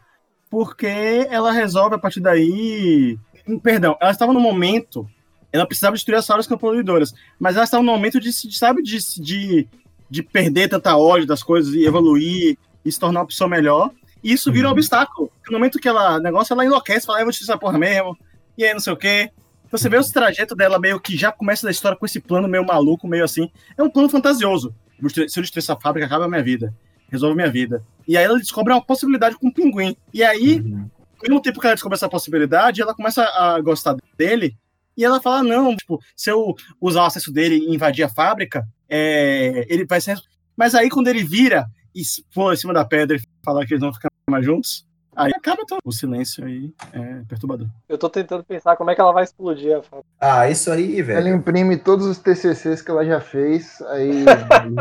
Speaker 1: porque ela resolve a partir daí. Hum, Perdão, ela estava no momento. Ela precisava destruir as salas que eram poluidoras, mas ela estava no momento de, se- de, sabe, de, se- de, de perder tanta ódio das coisas e evoluir e se tornar uma pessoa melhor. E isso vira um
Speaker 3: Uhum.
Speaker 1: obstáculo. No momento que ela negócio, ela enlouquece, fala, "Ah, eu vou destruir essa porra mesmo, e aí não sei o quê. Então você vê os trajetos dela meio que já começa da história com esse plano meio maluco, meio assim. É um plano fantasioso. Vou destruir- Se eu destruir essa fábrica, acaba a minha vida. Resolve minha vida. E aí ela descobre uma possibilidade com o pinguim. E
Speaker 3: Uhum.
Speaker 1: aí, ao mesmo tempo que ela descobre essa possibilidade, ela começa a gostar dele. E ela fala: não, tipo, se eu usar o acesso dele e invadir a fábrica, é, ele vai ser. Mas aí quando ele vira e se pula em cima da pedra e fala que eles não ficam mais juntos, aí acaba todo. O silêncio aí é perturbador.
Speaker 4: Eu tô tentando pensar como é que ela vai explodir a fábrica.
Speaker 3: Ah, isso aí, velho.
Speaker 2: Ela é um imprime todos os TCCs que ela já fez, aí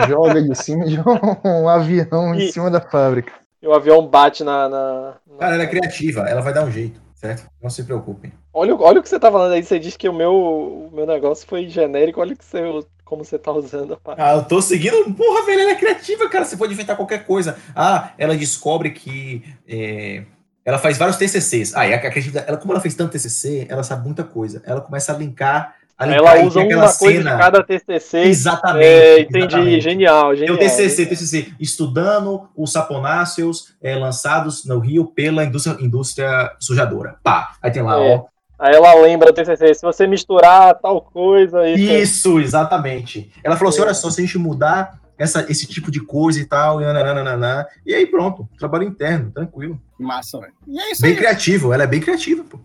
Speaker 2: joga de cima de um, um avião em
Speaker 4: E-
Speaker 2: cima da fábrica.
Speaker 4: E o avião bate na. na- na-
Speaker 3: Cara, ela é criativa, ela vai dar um jeito, certo? Não se preocupem.
Speaker 4: Olha, o- olha o que você tá falando aí, você disse que o meu, o meu negócio foi genérico, olha o que você, como você tá usando a parada.
Speaker 3: Ah, eu tô seguindo. Porra, velho, ela é criativa, cara. Você pode inventar qualquer coisa. Ah, ela descobre que. é, ela faz vários TCCs. Ah, e a, a criatividade. Ela, como ela fez tanto TCC, ela sabe muita coisa. Ela começa a linkar. A linkar Ah, e
Speaker 4: Ela
Speaker 3: tem
Speaker 4: usa uma coisa de cada TCC.
Speaker 3: Exatamente.
Speaker 4: É, entendi,
Speaker 3: exatamente.
Speaker 4: genial,
Speaker 3: Tem
Speaker 4: genial.
Speaker 3: o TCC, TCC, estudando os saponáceos é, lançados no Rio pela indústria, indústria sujadora. Pá, aí tem lá,
Speaker 4: É.
Speaker 3: ó.
Speaker 4: Aí ela lembra o TCC, se você misturar tal coisa, isso.
Speaker 3: Isso, exatamente. Ela falou assim,
Speaker 4: É.
Speaker 3: olha só, se a gente mudar essa, esse tipo de coisa e tal, e, nananana, e aí pronto, trabalho interno, tranquilo.
Speaker 1: Massa, velho. E é isso
Speaker 3: Bem
Speaker 1: aí.
Speaker 3: criativo, ela é bem criativa, pô.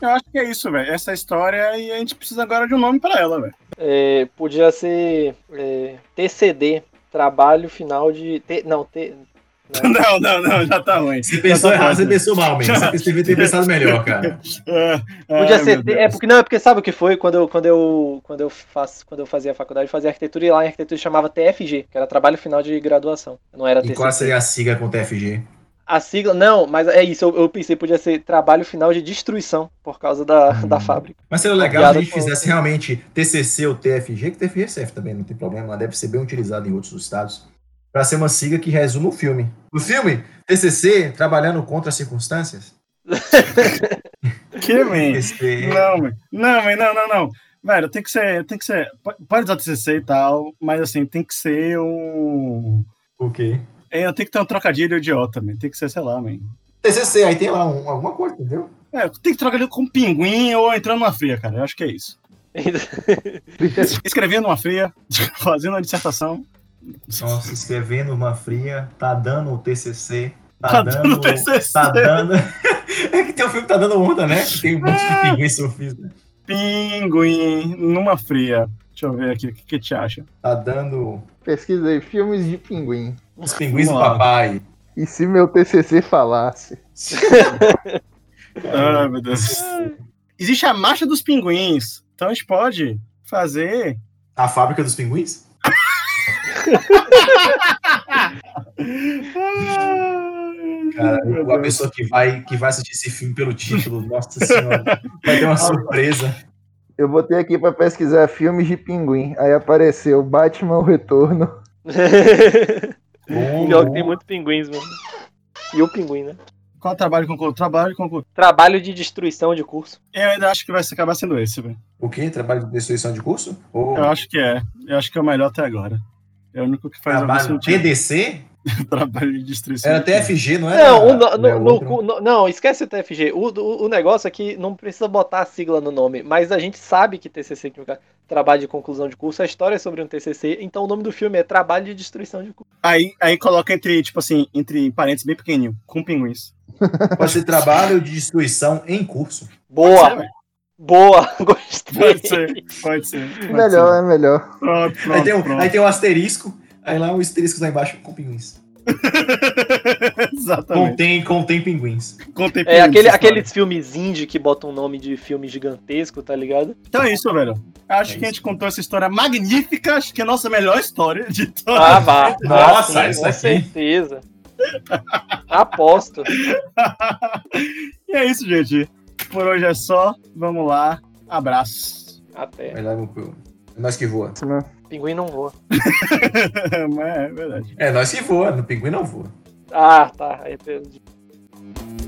Speaker 1: Eu acho que é isso, velho. Essa história e a gente precisa agora de um nome pra ela, velho.
Speaker 4: É, podia ser é, TCD, trabalho final de. T- não, T,
Speaker 1: Não, não, não, já tá ruim.
Speaker 3: Você pensou
Speaker 1: tá
Speaker 3: errado, você
Speaker 1: ótimo.
Speaker 3: pensou mal, mesmo. Você devia ter pensado melhor, cara.
Speaker 1: Ah,
Speaker 4: Podia
Speaker 1: ai,
Speaker 4: ser.
Speaker 1: meu
Speaker 4: te-
Speaker 1: Deus.
Speaker 4: É porque, não, é porque sabe o que foi? Quando eu, quando eu, quando eu, faço, quando eu fazia a faculdade, eu fazia arquitetura e lá em arquitetura chamava TFG, que era trabalho final de graduação. Não era
Speaker 3: E
Speaker 4: TCC.
Speaker 3: qual seria a sigla com o TFG?
Speaker 4: A sigla, não, mas é isso. Eu, eu pensei podia ser trabalho final de destruição por causa da,
Speaker 3: Hum.
Speaker 4: da fábrica.
Speaker 3: Mas seria legal se
Speaker 4: Piada
Speaker 3: a gente
Speaker 4: com-
Speaker 3: fizesse realmente TCC ou TFG, que TFG serve é também, não tem problema, ela deve ser bem utilizada em outros estados, para ser uma sigla que resume o filme. No filme, TCC, trabalhando contra as circunstâncias.
Speaker 1: Que, man?
Speaker 4: é
Speaker 3: TCC.
Speaker 1: Não, man. Não, man, não, não, não. Velho, tem que ser. Tem que ser. po- Pode usar TCC e tal, mas assim, tem que ser um.
Speaker 3: Ok.
Speaker 1: É, tem que ter um trocadilho idiota, man. tem que ser, sei lá, man.
Speaker 3: TCC, aí tem lá um- alguma coisa, entendeu?
Speaker 1: É, tem que trocadilho com pinguim ou entrando numa fria, cara. Eu acho que é isso. Escrevendo uma fria, fazendo uma dissertação.
Speaker 3: Nossa, escrevendo uma fria, tá dando o TCC, tá,
Speaker 1: Tá dando
Speaker 3: dando...
Speaker 1: TCC.
Speaker 3: Tá dando... é que tem um filme que tá dando onda, né? Que tem um monte
Speaker 1: É.
Speaker 3: de pinguim surfista.
Speaker 1: Pinguim numa fria. Deixa eu ver aqui, o que, que te acha?
Speaker 3: Tá dando
Speaker 2: Pesquisa aí, filmes de pinguim.
Speaker 3: os pinguins do
Speaker 1: Vamos lá.
Speaker 3: papai.
Speaker 2: E se meu TCC falasse?
Speaker 1: Ai, meu Deus. Existe a marcha dos pinguins. Então a gente pode fazer.
Speaker 3: A fábrica dos pinguins? Cara,
Speaker 1: Meu
Speaker 3: a
Speaker 1: Deus.
Speaker 3: pessoa que vai, que vai assistir esse filme pelo título, nossa senhora, vai ter uma surpresa.
Speaker 2: Eu botei aqui pra pesquisar filmes de pinguim. Aí apareceu Batman o Retorno.
Speaker 3: Bom,
Speaker 4: Pior é
Speaker 3: Uhum.
Speaker 4: que tem muito pinguins, mano. E o pinguim, né?
Speaker 1: Qual trabalho concluído? Trabalho concluído.
Speaker 4: Trabalho de destruição de curso.
Speaker 1: Eu ainda acho que vai se acabar sendo esse, velho.
Speaker 3: O quê? Trabalho de destruição de curso? Ou
Speaker 1: Eu acho que é. Eu acho que é o melhor até agora. É o único que faz algum
Speaker 3: trabalho
Speaker 1: sentido.
Speaker 3: TDC?
Speaker 1: Trabalho de destruição.
Speaker 3: Era TFG, não era?
Speaker 4: Não, o no- no-
Speaker 3: Não,
Speaker 4: no-
Speaker 3: É, né, outro.
Speaker 4: cu- no- não, esquece o TFG. O, o, o negócio é que não precisa botar a sigla no nome, mas a gente sabe que TCC, que é trabalho de conclusão de curso, a história é sobre um TCC, então o nome do filme é Trabalho de Destruição de Curso.
Speaker 1: Aí, aí coloca entre, tipo assim, entre parênteses bem pequenininho, com pinguins.
Speaker 3: Pode ser trabalho de destruição em curso.
Speaker 1: Pode ser,
Speaker 4: Boa,
Speaker 1: velho.
Speaker 4: boa, gostei.
Speaker 1: Pode ser, pode ser. pode
Speaker 2: melhor,
Speaker 1: ser.
Speaker 2: é melhor.
Speaker 1: Pronto,
Speaker 3: aí, tem
Speaker 1: pronto,
Speaker 3: um,
Speaker 1: pronto.
Speaker 3: aí tem um asterisco, aí lá um asterisco lá embaixo com pinguins.
Speaker 1: Exatamente.
Speaker 3: Contém, contém pinguins.
Speaker 1: Contei
Speaker 4: É
Speaker 1: pinguins,
Speaker 4: aquele,
Speaker 1: essa
Speaker 4: aqueles filmes indie que botam um nome de filme gigantesco, tá ligado?
Speaker 1: história. Então é isso, velho. Acho
Speaker 3: É
Speaker 1: que a
Speaker 3: isso.
Speaker 1: gente contou essa história magnífica, acho que é a nossa melhor história de toda.
Speaker 4: Ah, vá.
Speaker 3: Nossa,
Speaker 4: Ah, sim,
Speaker 3: isso
Speaker 4: com
Speaker 3: aqui.
Speaker 4: certeza. Aposto.
Speaker 3: Ah.
Speaker 1: e é isso, gente. Por hoje é só. Vamos lá. Abraço.
Speaker 4: Até.
Speaker 3: Vai lá, meu povo. É nós que voa.
Speaker 4: Pinguim não voa.
Speaker 1: é verdade.
Speaker 3: É nós que voa, no pinguim não voa.
Speaker 4: Ah, tá. Aí tem-